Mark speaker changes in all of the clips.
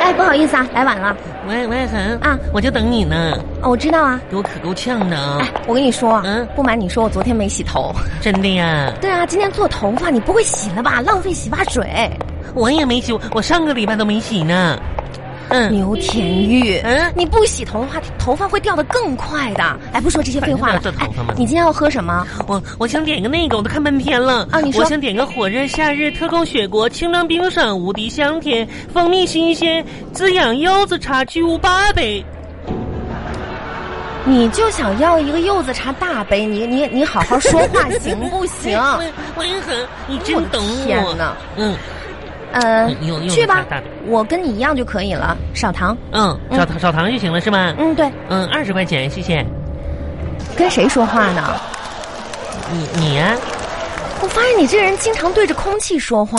Speaker 1: 哎，不好意思啊，来晚了。
Speaker 2: 喂喂，恒
Speaker 1: 啊，
Speaker 2: 我就等你呢，
Speaker 1: 哦，我知道啊。
Speaker 2: 给我可够呛的啊
Speaker 1: 哎，，我跟你说，
Speaker 2: 嗯
Speaker 1: 不瞒你说，我昨天没洗 头。
Speaker 2: 真的呀，
Speaker 1: 对啊，今天做头发，你不会洗了吧？浪费洗发水。
Speaker 2: 我也没洗，我上个礼拜都没洗呢。嗯，
Speaker 1: 牛田玉，
Speaker 2: 嗯
Speaker 1: 你不洗头发，头发会掉得更快的。哎，不说这些废话了
Speaker 2: 反正。都
Speaker 1: 哎
Speaker 2: 要做头发嘛，
Speaker 1: 你今天要喝什么？
Speaker 2: 我我想点个那个，我都看半天了
Speaker 1: 啊你说
Speaker 2: 我想点个火热夏日特供雪国，清凉冰爽，无敌香甜，蜂蜜新鲜，滋养腰子茶巨无霸杯。
Speaker 1: 你就想要一个柚子茶大杯，你你你好好说话行不 行？
Speaker 2: 喂喂，恒，你真
Speaker 1: 我
Speaker 2: 懂我。
Speaker 1: 天哪
Speaker 2: 嗯
Speaker 1: 嗯
Speaker 2: 柚柚，子
Speaker 1: 去
Speaker 2: 茶
Speaker 1: 吧
Speaker 2: 大杯，
Speaker 1: 我跟你一样就可以了，少糖。
Speaker 2: 嗯，少糖少糖就行了是吧？
Speaker 1: 嗯，对，
Speaker 2: 嗯，二十块钱，谢谢。
Speaker 1: 跟谁说话呢？
Speaker 2: 你你呀、
Speaker 1: 我发现你这人经常对着空气说话，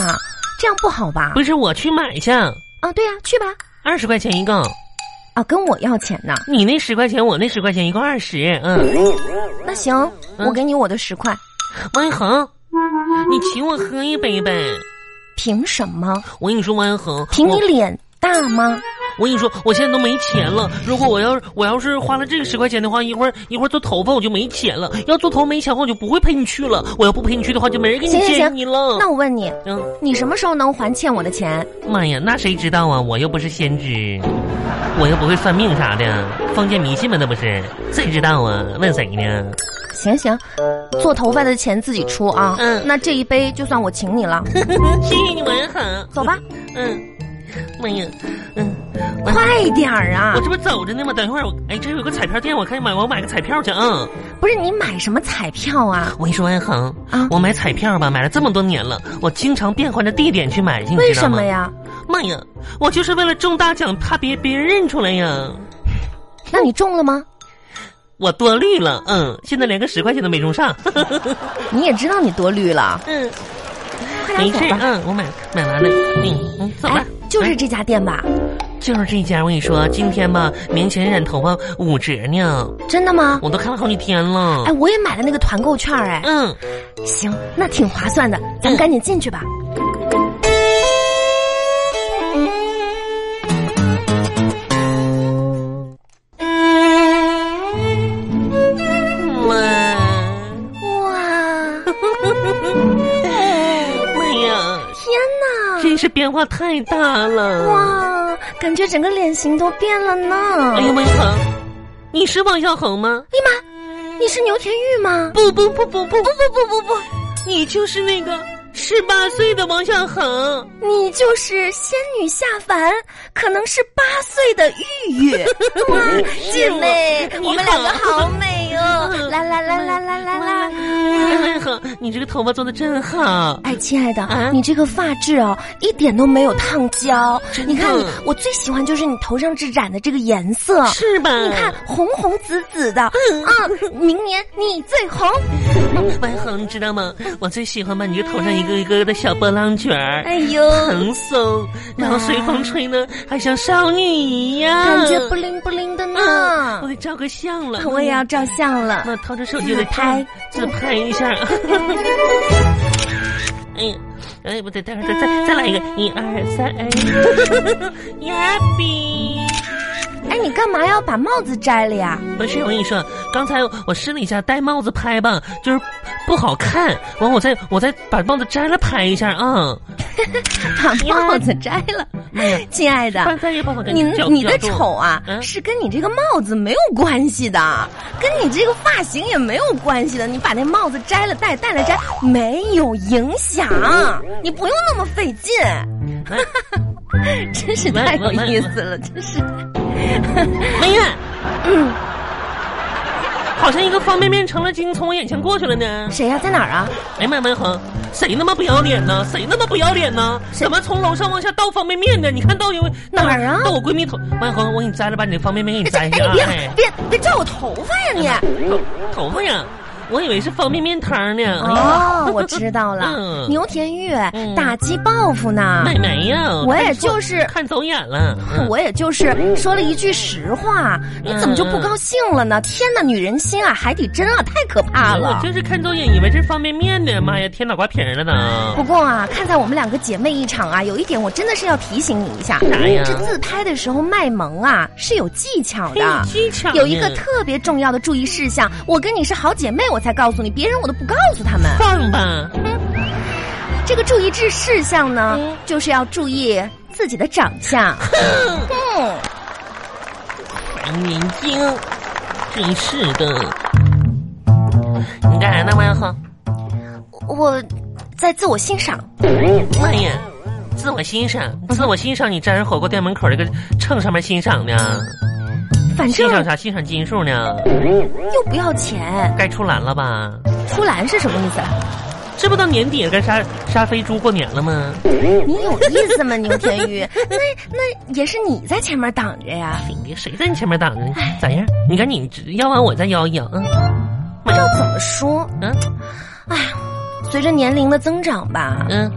Speaker 1: 这样不好吧？
Speaker 2: 不是我去买去，
Speaker 1: 啊，对呀、去吧。
Speaker 2: 二十块钱一个。
Speaker 1: 啊，跟我要钱呢。
Speaker 2: 你那十块钱，我那十块钱，一共二十。嗯，
Speaker 1: 那行，
Speaker 2: 嗯
Speaker 1: 我给你我的十块。
Speaker 2: 王一恒，你请我喝一杯呗。
Speaker 1: 凭什么？
Speaker 2: 我跟你说，王一恒，
Speaker 1: 凭你
Speaker 2: 我
Speaker 1: 脸大吗？
Speaker 2: 我跟你说，我现在都没钱了。如果我要我要是花了这个十块钱的话，一会儿一会儿做头发我就没钱了。要做头没钱的话，我就不会陪你去了。我要不陪你去的话，就没人给你
Speaker 1: 行行
Speaker 2: 见
Speaker 1: 行
Speaker 2: 你了。
Speaker 1: 那我问你，
Speaker 2: 嗯，
Speaker 1: 你什么时候能还欠我的钱？
Speaker 2: 妈呀，那谁知道啊？我又不是先知，我又不会算命啥的，封建迷信嘛，那不是？谁知道啊？问谁呢？
Speaker 1: 行行，做头发的钱自己出啊。
Speaker 2: 嗯
Speaker 1: 那这一杯就算我请 你了，
Speaker 2: 谢谢你，王一恒。
Speaker 1: 走吧，
Speaker 2: 嗯，妈呀，嗯，我
Speaker 1: 快点儿啊
Speaker 2: 我！这不走着呢吗？等一会儿我，哎，这有个彩票店，我看买我买个彩票去啊！
Speaker 1: 不是你买什么彩票啊？
Speaker 2: 我跟你说，安恒，
Speaker 1: 啊
Speaker 2: 我买彩票吧，买了这么多年了，我经常变换着地点去买去，你
Speaker 1: 为
Speaker 2: 知道
Speaker 1: 什
Speaker 2: 吗
Speaker 1: 么？呀？
Speaker 2: 妈呀，我就是为了中大奖，怕别别人认出来呀。
Speaker 1: 那你中了吗？
Speaker 2: 我多虑了，嗯，现在连个十块钱都没中上，
Speaker 1: 你也知道你多虑了，
Speaker 2: 嗯，
Speaker 1: 快
Speaker 2: 没
Speaker 1: 点走
Speaker 2: 事，
Speaker 1: 吧。
Speaker 2: 嗯，我买买完了，嗯嗯，走了
Speaker 1: 哎，，就是
Speaker 2: 嗯
Speaker 1: 这家店吧？
Speaker 2: 就是这家，我跟你说，今天吧，明前染头发五折呢，
Speaker 1: 真的吗？
Speaker 2: 我都看了好几天了
Speaker 1: 哎，，我也买了那个团购券儿哎。
Speaker 2: 嗯。
Speaker 1: 行，那挺划算的，咱们赶紧进去吧。
Speaker 2: 妈，
Speaker 1: 哇，
Speaker 2: 妈呀，
Speaker 1: 天
Speaker 2: 真是变化太大了！
Speaker 1: 哪！，哇，感觉整个脸型都变了呢。
Speaker 2: 哎呀，王一恒，你是王小恒吗？
Speaker 1: 哎呀妈，你是牛田玉吗？
Speaker 2: 不不不不不不不不不不，你就是那个十八岁的王小恒。
Speaker 1: 你就是仙女下凡，可能是八岁的玉 玉。哇，姐妹，
Speaker 2: 哦你好
Speaker 1: 我们两个好美哦！来来来来来来
Speaker 2: 哎
Speaker 1: 来。
Speaker 2: 呀，王一恒，你这个头发做的真好。
Speaker 1: 哎，亲爱的，
Speaker 2: 啊
Speaker 1: 你这个发质哦，一点都没有烫焦。
Speaker 2: 真的
Speaker 1: 你看你，我最喜欢就是你头上这染的这个颜色。
Speaker 2: 是啊吧？
Speaker 1: 你看，红红紫紫的，嗯，明年你最红。
Speaker 2: 王一恒，你知道吗？我最喜欢把你这头上一个一个的小波浪卷儿，
Speaker 1: 哎呦，
Speaker 2: 蓬松，然后随风吹呢，还像少女一样，
Speaker 1: 感觉不灵不灵的
Speaker 2: 嗯，
Speaker 1: 呢。
Speaker 2: 我得照个相了。嗯
Speaker 1: 我也要照相了。
Speaker 2: 那掏出手机来
Speaker 1: 自拍，
Speaker 2: 自拍一下。 哎呀，哎，不对，待会
Speaker 1: 嗯
Speaker 2: 儿再再再来一个，一二三， 哎，呀比。
Speaker 1: 哎，你干嘛要把帽子摘了呀？
Speaker 2: 不是，我跟你说，刚才我试了一下戴帽子拍吧，就是不好看。完，我再我再把帽子摘了拍一下啊。
Speaker 1: 把帽子摘了，
Speaker 2: 哎呀，
Speaker 1: 亲爱
Speaker 2: 不然
Speaker 1: 的。
Speaker 2: 再也把我给
Speaker 1: 啊你
Speaker 2: 绞
Speaker 1: 你的
Speaker 2: 绞住
Speaker 1: 丑啊，
Speaker 2: 嗯
Speaker 1: 是跟你这个帽子没有关系的，跟你这个发型也没有关系的。你把那帽子摘了戴，戴了摘，没有影响，你不用那么费劲。
Speaker 2: 哎
Speaker 1: 真是太有意思了，真是。
Speaker 2: 哎呀，嗯，好像一个方便面成了精，从我眼前过去了呢。
Speaker 1: 谁呀、在哪儿啊？
Speaker 2: 哎呀妈呀，文恒，谁那么不要脸呢？谁那么不要脸呢？
Speaker 1: 谁
Speaker 2: 怎么从楼上往下倒方便面呢？你看到底
Speaker 1: 哪儿啊
Speaker 2: 到我闺蜜头，文恒，我给你摘了，把你的方便面给你摘
Speaker 1: 哎，
Speaker 2: 一
Speaker 1: 你
Speaker 2: 下啊。
Speaker 1: 别
Speaker 2: 哎
Speaker 1: 别别拽我头发呀你！
Speaker 2: 头头发呀，我我以为是方便面汤呢。哎呀
Speaker 1: 哦，我知道了，
Speaker 2: 嗯
Speaker 1: 牛田玉
Speaker 2: 嗯
Speaker 1: 打击报复呢。
Speaker 2: 妹妹呀，
Speaker 1: 我也
Speaker 2: 看错
Speaker 1: 就是
Speaker 2: 看走眼了。嗯
Speaker 1: 我也就是说了一句实话，你怎么
Speaker 2: 嗯
Speaker 1: 就不高兴了呢？天哪，女人心啊，海底针啊，太可怕
Speaker 2: 哎我
Speaker 1: 了。
Speaker 2: 真是看走眼，以为这是方便面呢。妈呀，贴脑瓜皮儿了呢
Speaker 1: 不。过啊，看在我们两个姐妹一场啊，有一点我真的是要提醒你一下，
Speaker 2: 啥呀
Speaker 1: 这自拍的时候卖萌啊是有技巧
Speaker 2: 嘿
Speaker 1: 的。
Speaker 2: 技巧哎呢
Speaker 1: 有一个特别重要的注意事项，我跟你是好姐妹，我才告诉你，别人我都不告诉他们。
Speaker 2: 放吧，
Speaker 1: 这个注意事事项呢
Speaker 2: 嗯，
Speaker 1: 就是要注意自己的长 相。嗯，
Speaker 2: 烦眼睛，真是的。你干啥呢，王小红？
Speaker 1: 我在自我欣赏。
Speaker 2: 妈呀！自我欣赏，自我欣赏，你站人火锅店门口这个秤上面欣赏呢？
Speaker 1: 反
Speaker 2: 欣
Speaker 1: 正
Speaker 2: 赏啥？欣赏斤数呢？
Speaker 1: 又不要钱，
Speaker 2: 该出栏了吧？
Speaker 1: 出栏是什么意思？啊
Speaker 2: 这不到年底了，该杀杀飞猪过年了吗？
Speaker 1: 你有意思吗，牛田 玉？那那也是你在前面挡着呀，
Speaker 2: 哎你谁在你前面挡着呢？咋样？你赶紧邀完我再邀一邀，嗯
Speaker 1: 不知道怎么说。
Speaker 2: 嗯
Speaker 1: 哎呀，随着年龄的增长吧，
Speaker 2: 嗯，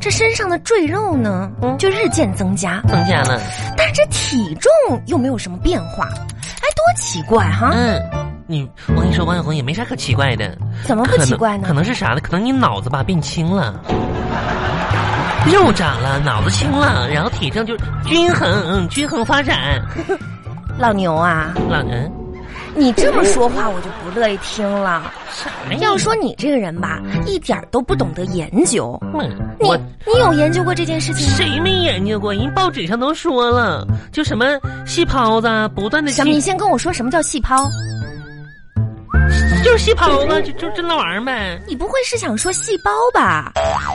Speaker 1: 这身上的赘肉呢
Speaker 2: 嗯
Speaker 1: 就日渐增加，
Speaker 2: 增加了，
Speaker 1: 但是这体重又没有什么变化，哎，多奇怪哈！
Speaker 2: 嗯。你，我跟你说，王小红也没啥可奇怪的，
Speaker 1: 怎么不
Speaker 2: 可能
Speaker 1: 奇怪
Speaker 2: 可
Speaker 1: 呢？
Speaker 2: 能是啥呢？可能你脑子吧变轻了，肉长了，脑子轻了，然后体重就均衡，嗯，均衡发展。
Speaker 1: 老牛啊，
Speaker 2: 老人，
Speaker 1: 你这么说话我就不乐意听了。
Speaker 2: 啥哎呀？
Speaker 1: 要说你这个人吧，一点儿都不懂得研究。
Speaker 2: 妈呀
Speaker 1: 你
Speaker 2: 我
Speaker 1: 你有研究过这件事情吗？
Speaker 2: 谁没研究过？人报纸上都说了，就什么细胞子啊不断的
Speaker 1: 什么？你先跟我说什么叫细胞？
Speaker 2: 就是细胞子，就就就那玩意儿呗。
Speaker 1: 你不会是想说细胞吧？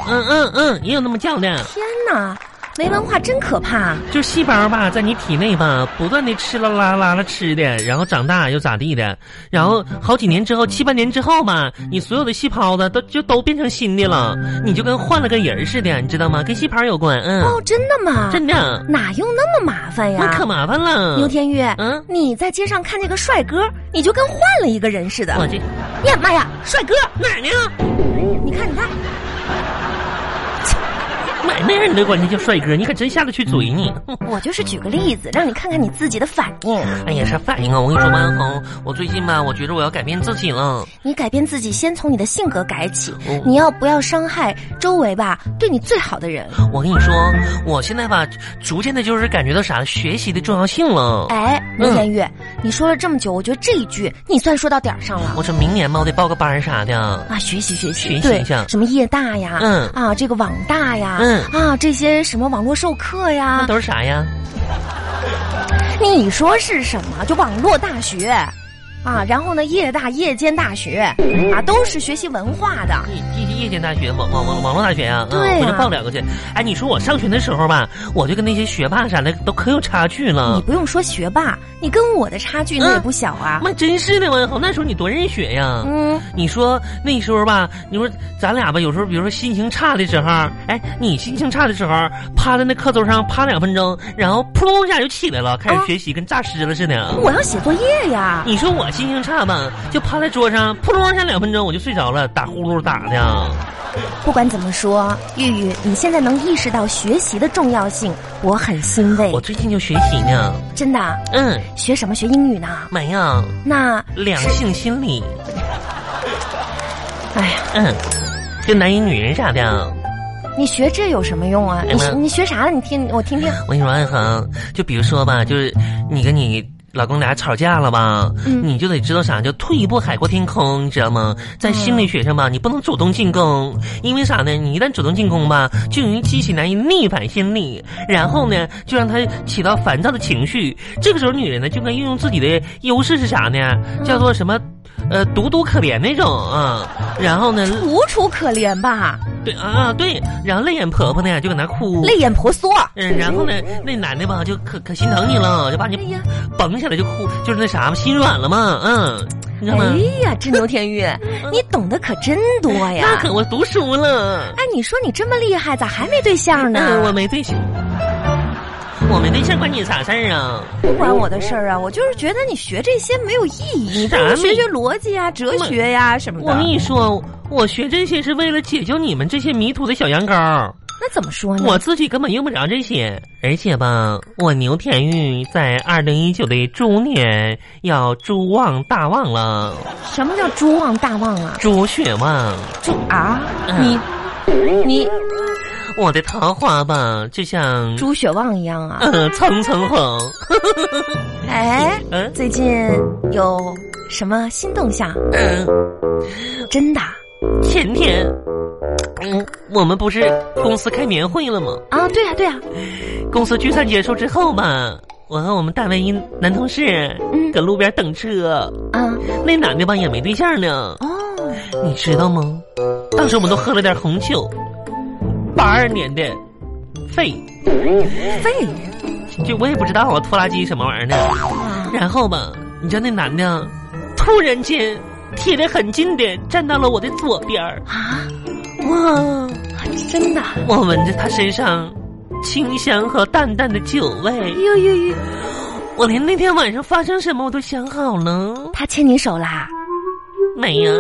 Speaker 2: 嗯嗯嗯，也有那么叫的，
Speaker 1: 天哪，没文化真可怕！
Speaker 2: 就细胞吧，在你体内吧，不断的吃了拉拉了吃的，然后长大又咋地的，然后好几年之后，七八年之后吧，你所有的细胞子都就都变成新的了，你就跟换了个人似的，你知道吗？跟细胞有关，嗯，
Speaker 1: 哦，真的吗？
Speaker 2: 真的，
Speaker 1: 哪用那么麻烦
Speaker 2: 那可
Speaker 1: 呀？
Speaker 2: 麻烦了。
Speaker 1: 牛天玉，
Speaker 2: 嗯
Speaker 1: 你在街上看见个帅哥，你就跟换了一个人似的。哎
Speaker 2: 我这
Speaker 1: 呀妈呀，帅哥！
Speaker 2: 哪儿呢？
Speaker 1: 你看，你看，
Speaker 2: 买那样你都管他叫帅哥，你可真下得去嘴你。哼
Speaker 1: 我就是举个例子，让你看看你自己的反应。
Speaker 2: 哎呀，啥反应啊？我跟你说，王小红，我最近吧，我觉得我要改变自己了。
Speaker 1: 你改变自己，先从你的性格改起
Speaker 2: 哦。
Speaker 1: 你要不要伤害周围吧？对你最好的人。
Speaker 2: 我跟你说，我现在吧，逐渐的就是感觉到啥学习的重要性了。
Speaker 1: 哎，牛天玉，你说了这么久，我觉得这一句你算说到点儿上了。
Speaker 2: 我这明年吧，我得报个班儿啥的。
Speaker 1: 啊，学习学习，
Speaker 2: 哦学习
Speaker 1: 对
Speaker 2: 一下
Speaker 1: 什么夜大呀，
Speaker 2: 嗯
Speaker 1: 啊，这个网大呀，
Speaker 2: 嗯
Speaker 1: 啊，这些什么网络授课
Speaker 2: 那
Speaker 1: 呀，
Speaker 2: 都是啥呀？
Speaker 1: 你说是什么？就网络大学，啊，然后呢，夜大、夜间大学，啊，都是学习文化的。
Speaker 2: 夜夜夜间大学，网网网网络大学呀、啊？
Speaker 1: 对呀
Speaker 2: 我就报两个去。哎，你说我上学的时候吧，我就跟那些学霸啥的都可有差距
Speaker 1: 你
Speaker 2: 了。
Speaker 1: 不用说学霸，你跟我的差
Speaker 2: 嗯
Speaker 1: 距那也不小啊。
Speaker 2: 妈，真是的，王小红，那时候你多认学呀。
Speaker 1: 嗯，
Speaker 2: 你说那时候吧，你说咱俩吧，有时候比如说心情差的时候，哎，你心情差的时候，趴在那课桌上趴两分钟，然后扑通一下就起来了，开始
Speaker 1: 啊
Speaker 2: 学习，跟诈尸了似的。啊
Speaker 1: 我要写作业呀。
Speaker 2: 你说我心情差吧，就趴在桌上扑通一下两分钟我就睡着了，打呼噜打的。啊
Speaker 1: 不管怎么说，玉玉，你现在能意识到学习的重要性，我很欣慰
Speaker 2: 我。最近就学习呢，
Speaker 1: 真的，
Speaker 2: 嗯，
Speaker 1: 学什么？学英语呢？
Speaker 2: 妈呀，
Speaker 1: 那，
Speaker 2: 两性心理，
Speaker 1: 哎呀。
Speaker 2: 嗯，就男人女人啥的。
Speaker 1: 你学这有什么用啊？
Speaker 2: 哎
Speaker 1: 你学
Speaker 2: 妈
Speaker 1: 你学啥了？你听我听听。
Speaker 2: 我跟你说，安恒，就比如说吧，就是你跟你老公俩吵架了吧，
Speaker 1: 嗯
Speaker 2: 你就得知道啥，叫退一步海阔天空，你知道吗？在心理学上吧，你不能主动进攻，因为啥呢？你一旦主动进攻吧，就容易激起男人逆反心理，然后呢，就让他起到烦躁的情绪。这个时候，女人呢就该运用自己的优势是啥呢？叫做什么？呃，独独可怜那种啊，然后呢，
Speaker 1: 楚楚可怜吧，
Speaker 2: 对啊对，然后泪眼婆婆呢就搁那哭，
Speaker 1: 泪眼婆娑。
Speaker 2: 嗯，然后呢，那男的吧就可可心疼你了，就把
Speaker 1: 哎
Speaker 2: 你
Speaker 1: 呀，
Speaker 2: 绑起来就哭，就是那啥嘛，心软了嘛，嗯，你知道吗？
Speaker 1: 哎呀，这牛天 玉，你懂得可真多
Speaker 2: 那
Speaker 1: 哎呀！
Speaker 2: 可我读书了，
Speaker 1: 哎，你说你这么厉害，咋还没对象呢？
Speaker 2: 嗯，我没对象。我没对象，管你啥事儿啊？
Speaker 1: 不关我的事儿啊，我就是觉得你学这些没有意义，你不如
Speaker 2: 啥
Speaker 1: 学
Speaker 2: 没
Speaker 1: 学逻辑啊、哲学呀、什么
Speaker 2: 我跟
Speaker 1: 的。
Speaker 2: 你说，我学这些是为了解救你们这些迷途的小羊羔儿。
Speaker 1: 那怎么说呢？
Speaker 2: 我自己根本用不着这些，而且吧，我牛田玉在二零一九的猪年要猪旺大旺了，
Speaker 1: 什么叫猪旺大旺啊？
Speaker 2: 猪血旺。
Speaker 1: 猪啊，
Speaker 2: 嗯
Speaker 1: 你你
Speaker 2: 我的桃花吧，就像
Speaker 1: 猪血旺一样啊？
Speaker 2: 呃蹭蹭红。
Speaker 1: 哎，
Speaker 2: 嗯
Speaker 1: 最近有什么新动向？
Speaker 2: 嗯、
Speaker 1: 真的啊
Speaker 2: 前天，嗯，我们不是公司开年会了吗？
Speaker 1: 啊？对呀、啊、对呀、啊，
Speaker 2: 公司聚餐结束之后吧，我和我们单位一男同事
Speaker 1: 嗯
Speaker 2: 搁路边等车，
Speaker 1: 啊
Speaker 2: 那男的吧也没对象呢，
Speaker 1: 哦，
Speaker 2: 你知道吗？当时我们都喝了点红酒，八二年的肺，
Speaker 1: 肺
Speaker 2: 就我也不知道啊，拖拉机什么玩意儿呢？
Speaker 1: 啊
Speaker 2: 然后吧，你知道那男的突然间贴得很近的站到了我的左边儿，
Speaker 1: 啊，
Speaker 2: 哇！
Speaker 1: 真的。啊
Speaker 2: 我闻着他身上清香和淡淡的酒味，
Speaker 1: 呦呦呦！
Speaker 2: 我连那天晚上发生什么我都想好了。
Speaker 1: 他牵你手啦？
Speaker 2: 没有，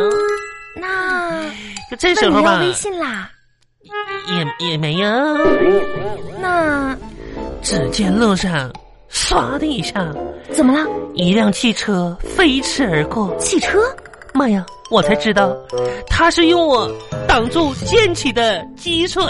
Speaker 1: 那
Speaker 2: 就这
Speaker 1: 那
Speaker 2: 时
Speaker 1: 你
Speaker 2: 候
Speaker 1: 要
Speaker 2: 吧，
Speaker 1: 微啊信啦？
Speaker 2: 也也没有。
Speaker 1: 那
Speaker 2: 只见路上唰的一下，
Speaker 1: 怎么了？
Speaker 2: 一辆汽车飞驰而过。
Speaker 1: 汽车？
Speaker 2: 妈呀！我才知道，他是用我挡住溅起的积水。